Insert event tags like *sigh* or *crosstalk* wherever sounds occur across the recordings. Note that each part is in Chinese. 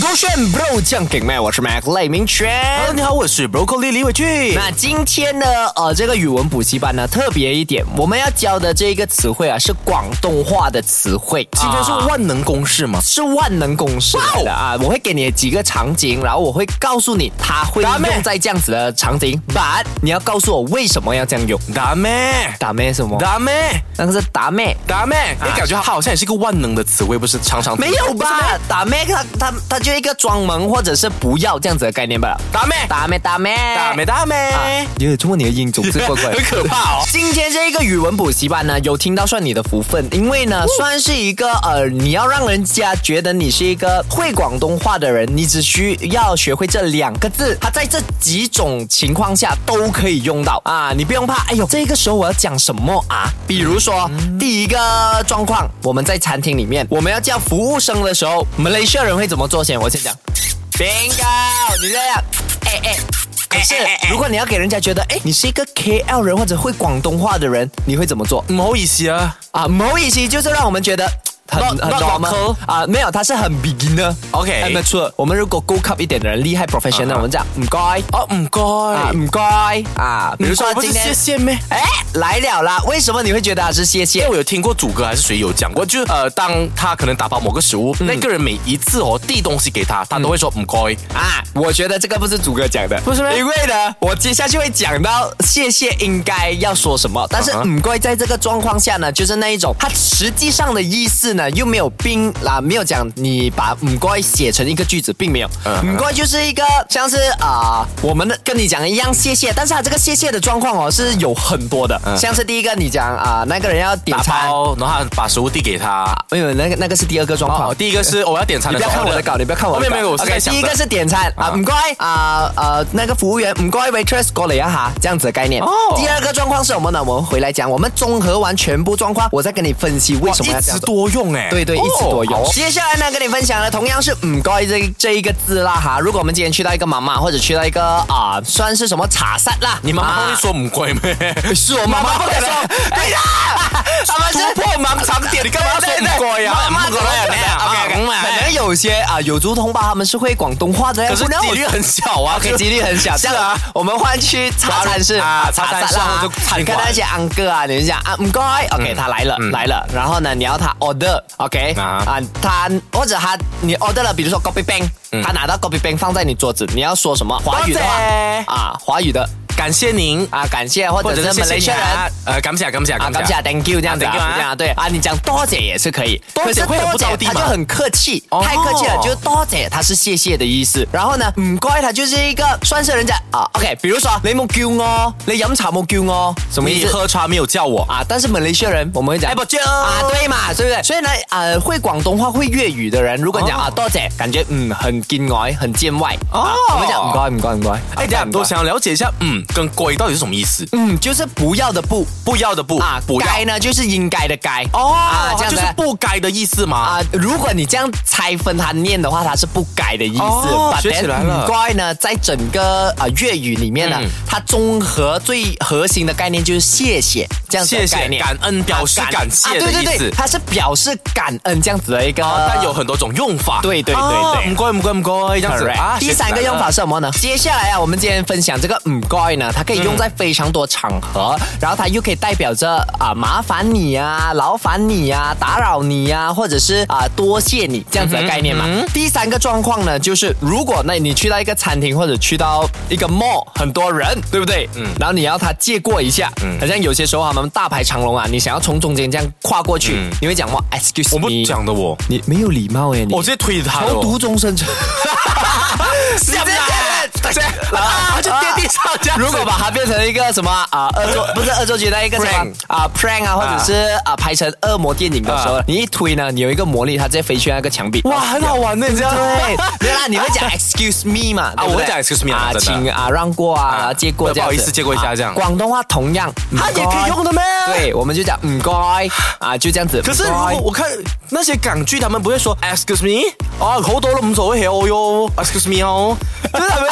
勾选 bro 酱给麦，我是 Mac 赖明全。 Hello，你好，我是 Broccoli 李伟俊。那今天呢，呃，这个语文补习班呢特别一点，我们要教的这个词汇啊是广东话的词汇，今天是万能公式吗？啊是万能公式来的啊。我会给你几个场景，然后我会告诉你它会打咩用在这样子的场景，but 你要告诉我为什么要这样用。达咩，打咩什么？达咩，那个是打咩。达咩，你感觉它好像也是一个万能的词汇，不是常常啊没有吧？打咩，它它它就一个装萌或者是不要这样子的概念吧。达咩，打咩打咩达咩达咩，因为中文你的音总是怪怪的啊 *laughs* 很。可怕 *laughs* 哦。今天这一个语文补习班呢，有听到算你的福分，因为呢，算是一个呃，你要让人家觉得你是一个会广东话的人，你只需要学会这两个字，它在这几种情况下都可以用到啊，你不用怕。哎呦，这个时候我要讲什么啊？比如说、第一个状况，我们在餐厅里面，我们要叫服务生的时候，马来西亚人会怎么做先？我先讲。Bingo，你这样，哎哎。可是，如果你要给人家觉得，哎，你是一个 KL 人或者会广东话的人，你会怎么做唔好意思啊，啊？某一些就是让我们觉得很 Not- 很 not normal local 啊，没有，他是很 beginner。 OK 很 mature。我们如果 go cup 一点的人，厉害 professional，啊我们讲唔该哦唔啊，该，唔该啊。比如说嗯唔该不今是天谢，谢咩？哎，来了啦，为什么你会觉得他是谢谢因为？我有听过祖哥还是谁有讲过，就是呃，当他可能打包某个食物，那个人每一次哦递东西给他，他都会说嗯唔该。啊，我觉得这个不是祖哥讲的，不是吗因为呢，我接下去会讲到谢谢应该要说什么，但是啊哈唔该在这个状况下呢，就是那一种，它实际上的意思呢又没有并啦、没有讲你把唔该写成一个句子，并没有，啊唔该就是一个像是啊、我们的跟你讲的一样谢谢，但是它这个谢谢的状况哦是有很多的，像是第一个你讲啊、那个人要点啊打餐，包，然后他把食物递给他。没有那个那个是第二个状况哦，。第一个是我要点餐你的不时要候，看我的稿，你不要看我的没稿。有没有，我是 OK，在想第一的个是点餐啊，啊唔该啊呃那个服务员唔该 waitress 过嚟一下，这样子的概念。哦第二个状况是什么呢？我们回来讲，我们综合完全部状况，我再跟你分析为什么要一这词样做。多用哎，对对，一哦词多用。好哦接下来呢，跟你分享的同样是“唔该”这一这一个字啦哈。如果我们今天去到一个妈妈，或者去到一个啊、算是什么茶室啦，你妈妈啊会说唔该咩？是我妈妈不敢说， *laughs* 对的，他们是突破盲肠点你干嘛要说对对对不乖呀妈妈不可能的啊啊可能啊可能有些啊有族同胞他们是会广东话的， *laughs* 可是那几率很小啊， OK，几率很小。是这样啊，我们换去茶餐室啊茶茶餐室室啦或者。餐馆你看那些安哥啊，你就讲啊，唔该，OK，他嗯来了来了，然后呢，你要他 order，OK，啊啊，他或者他你 order 了，比如说 copy bank，他嗯拿到 copy bank 放在你桌子，你要说什么华语的话多谢啊，华语的感谢您，啊，感谢或或者者是是马来谢西谢亚人啊。，呃，感谢感谢啊，感谢啊，Thank you 这样子啊啊，，thank you 啊这样啊对啊，你讲多谢也是可以，多谢可是会很不多着地他吗就很客气，哦太客气了，就是多谢它是谢谢的意思。然后呢，唔该它就是一个算是人家啊，OK，比如说你冇叫我，你饮茶冇叫我，什么意你思？喝茶没有叫我，啊，但是马来西亚人我们会讲哎不就啊，对嘛，对不对？所以呢，呃，会广东话、会粤语的人，如果你讲哦啊多谢，感觉嗯很见外、很见外哦，啊我们讲唔该、唔该、唔该。哎，等一下我想了解一下，嗯，跟乖到底是什么意思？嗯，就是不要的不不要的不啊，，不要该呢就是应该的该哦，啊，这样就子是不该的意思吗？啊、如果你这样拆分它念的话，它是不改的意思。哦 But 学起 then，来了嗯乖呢，在整个啊、呃粤语里面呢，嗯它综合最核心的概念就是谢谢这样子的谢概谢，念。感恩表示感谢的啊、对意对对，思。它是表示感恩这样子的一个。啊，但有很多种用法。对对对啊对唔该唔该唔该，这样子 Correct 啊。第三个用法是什么呢？接下来啊，我们今天分享这个“唔该”呢，它可以用在非常多场合，然后它又可以代表着啊麻烦你啊、劳烦你啊、打扰你啊，或者是啊多谢你这样子的概念嘛。第三个状况呢，就是如果那你去到一个餐厅或者去到一个 mall，很多人，对不对？嗯。然后你要他借过一下，嗯，好像有些时候他们大排长龙啊，你想要从中间这样跨过去，你会讲哇，excuse 我 me，不讲的我，你没有礼貌耶，你我直接推他的投哦。嗯毒终 *laughs* 身成。这样这 *laughs* 样然后就跌地上这样子。啊如果把它变成一个什么啊恶作，不是恶作剧那一个什么 Prank 啊 prank 啊，或者是啊拍成恶魔电影的时候啊，你一推呢，你有一个魔力，它直接飞去那个墙壁。哇，很好玩的，你知道吗？ *laughs* 对，没有啦，你会讲 excuse me 嘛？对不对我会讲 excuse me *laughs* 啊啊，真的请啊让过啊，啊借过这样不子，好意思借过一下啊这样嗯广东话同样，它也可以用的咩？咩对，我们就讲嗯唔该啊，就这样子。可是如唔该果我看那些港剧，他们不哎会说 excuse me 啊，好多都唔所谓嘅，哦哟，excuse me *laughs* 哦，就是他们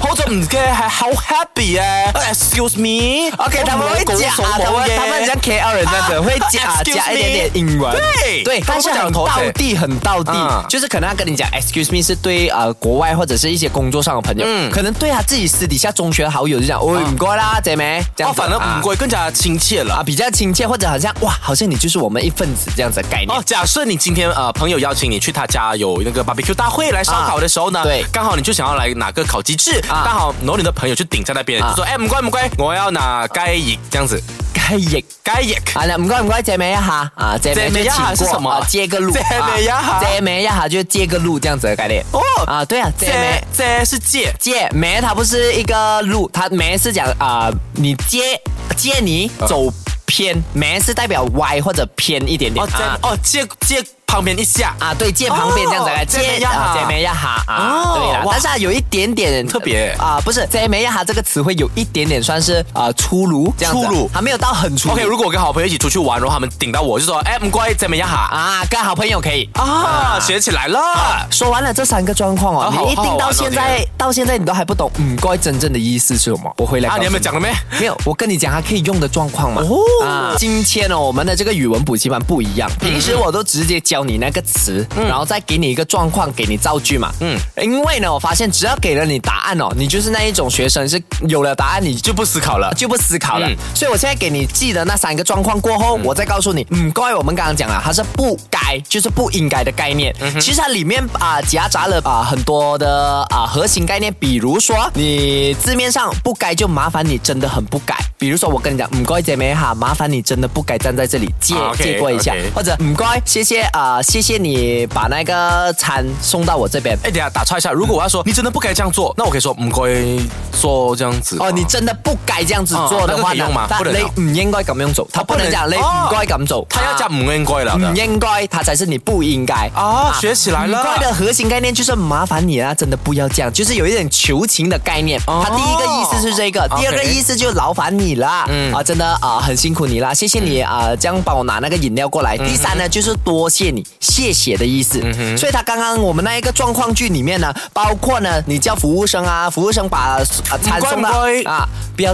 好咗唔嘅係好 happy 啊，excuse *laughs* me。 OK，他们会假，他们他们像 KL 人这样子，啊会 *laughs* 假 excuse 假一 me 点点英文，对对，他但们是不讲很嗯头道衔地，很道地啊，就是可能他跟你讲 excuse me 是对呃国外或者是一些工作上的朋友，嗯可能对他自己私底下中学好友就讲，哦喂，唔该啦，姐妹，这样哦，子反而啊唔貴，更加親切啦啊。比较亲切，或者好像哇，好像你就是我们一份子这样子的概念哦，。假设你今天呃朋友邀请你去他家有那个 barbecue 大会来烧烤的时候呢，啊对刚好你就想要来拿个烤鸡翅，啊刚好然后你的朋友就顶在那边，啊就说哎唔乖唔乖，我要拿鸡翼这样子，可以。鸡翼。啊，那唔该唔该，姐妹一下啊，姐妹姐妹一下是什么借个路，姐妹一下啊姐妹一下就借个路这样子的概念。哦啊，对啊，姐妹这这是借借梅，它不是一个路，它梅是讲啊、你借借你走偏，梅是代表歪或者偏一点点哦这啊哦借借旁边一下，啊，对，借旁边这样子来哦姐妹借呀啊，姐妹呀哈啊，哦对啦，哇但是它有一点点特别啊，不是姐妹呀哈这个词汇有一点点算是啊粗鲁这样子，粗鲁还没有到很粗鲁 OK，如果我跟好朋友一起出去玩，然后他们顶到我，就说哎唔乖怎么样哈啊，跟好朋友可以。啊，学起来了。说完了这三个状况哦，啊好你一定好好玩到哦现这在到现在你都还不懂嗯，该真正的意思是什么？我回来啊，告诉你还没有讲了没？没有，我跟你讲，它可以用的状况嘛。哦啊，今天哦，我们的这个语文补习班不一样，平时我都直接教你那个词，然后再给你一个状况，给你造句嘛。嗯嗯，因为呢，我发现只要给了你答案哦，你就是那一种学生，是有了答案你就就不思考了。就不思考了。嗯所以我现在给你记得那三个状况过后，我再告诉你，嗯，各位，我们刚刚讲了，它是不该，就是不应该的概念。嗯其实它里面啊、夹杂了啊、很多的啊、核心概念，比如说你字面上不该，就麻烦你真的很不该。比如说我跟你讲，嗯，各位姐妹哈，麻烦你真的不该站在这里，借、啊，OK，借过一下 OK 或者嗯，各位，谢谢啊、谢谢你把那个餐送到我这边。哎，等一下打岔一下，如果我要说你真的不该这样做，那我可以说唔该做这样子吗。哦，你真的不该这样子哦做的那个话可以呢用吗，但不能你唔應該咁樣做，他不能不能講你唔哦該咁做，他要讲啊唔应该了的唔。應該，他才是你不應該。啊哦，学起来唔了。該的核心概念就是麻烦你啊，真的不要这样，就是有一点求情的概念。他第一个意思是这个，哦 OK 嗯第二个意思就劳烦你啦，啊，真的啊，很辛苦你啦，谢谢你啊，这样帮我拿那个饮料过来。嗯第三呢，就是多谢你，谢谢的意思。所以他刚刚我们那一个状况剧里面呢，包括呢，你叫服务生啊，服务生把啊餐唔該送到唔該啊，不要。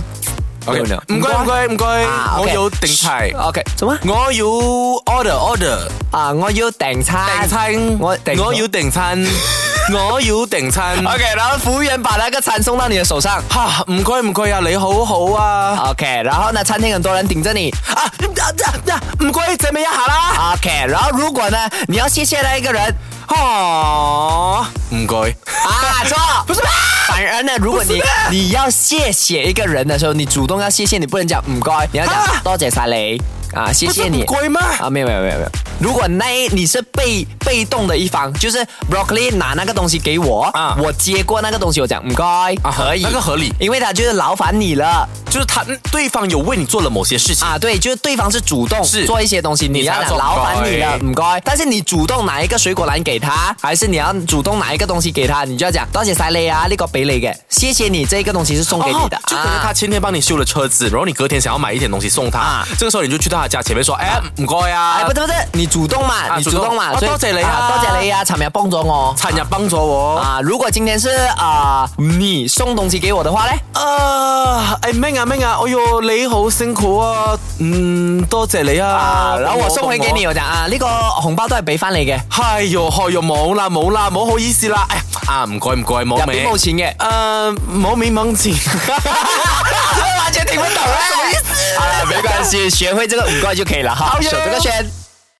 OK，没有唔该唔该唔该啊，我 OK 有顶菜， OK，怎么我有 order order 啊？我要订餐，订餐，啊我订我有订餐， *laughs* 我有订餐。 OK，然后服务员把那个餐送到你的手上。哈，唔该唔该啊，你好好啊， OK，然后呢，餐厅很多人顶着你。啊啊啊，唔该怎么样好啦？ OK，然后如果呢，你要谢谢那一个人哦，唔该，啊，错，不是。反而呢，如果你你要谢谢一个人的时候，你主动要谢谢你，不能讲唔该，你要讲啊多谢晒你啊，谢谢你。唔该吗？啊，没有没有没有没有。如果那一你是被被动的一方，就是 broccoli 拿那个东西给我，啊我接过那个东西，我讲唔该，啊可以，那个合理因为他就是劳烦你了。就是他对方有为你做了某些事情，啊，对，就是对方是主动是做一些东西，你你要才要讲做劳烦你了，唔唔该。但是你主动拿一个水果篮给他，还是你要主动拿一个东西给他，你就要讲多谢晒你啊，呢个俾你嘅，谢谢你，这个东西是送给你的啊哦。就可能他前天帮你修了车子，然后你隔天想要买一点东西送他，啊这个时候你就去到他家前面说，哎唔该啊啊，哎，不对不对，你主动嘛，啊你主动嘛，主動所以哦多謝你啊多謝你啊，尋日幫咗我。餐也帮咗我。啊，如果今天是啊、你送东西给我的话呢？啊，哎明啊明啊，哎哟你好辛苦啊，嗯多謝你啊啊，，然後我送回給你，我講啊，呢、個紅包都係俾翻你嘅，哎哟，哎哟冇啦冇啦，冇好意思啦，哎呀啊唔該唔該入冇邊名，冇錢嘅。呃冇名冇錢， *laughs* 哎完全听不懂啊，什么意思？好了，没关系，学会这个五怪就可以了哈。耶手这个圈。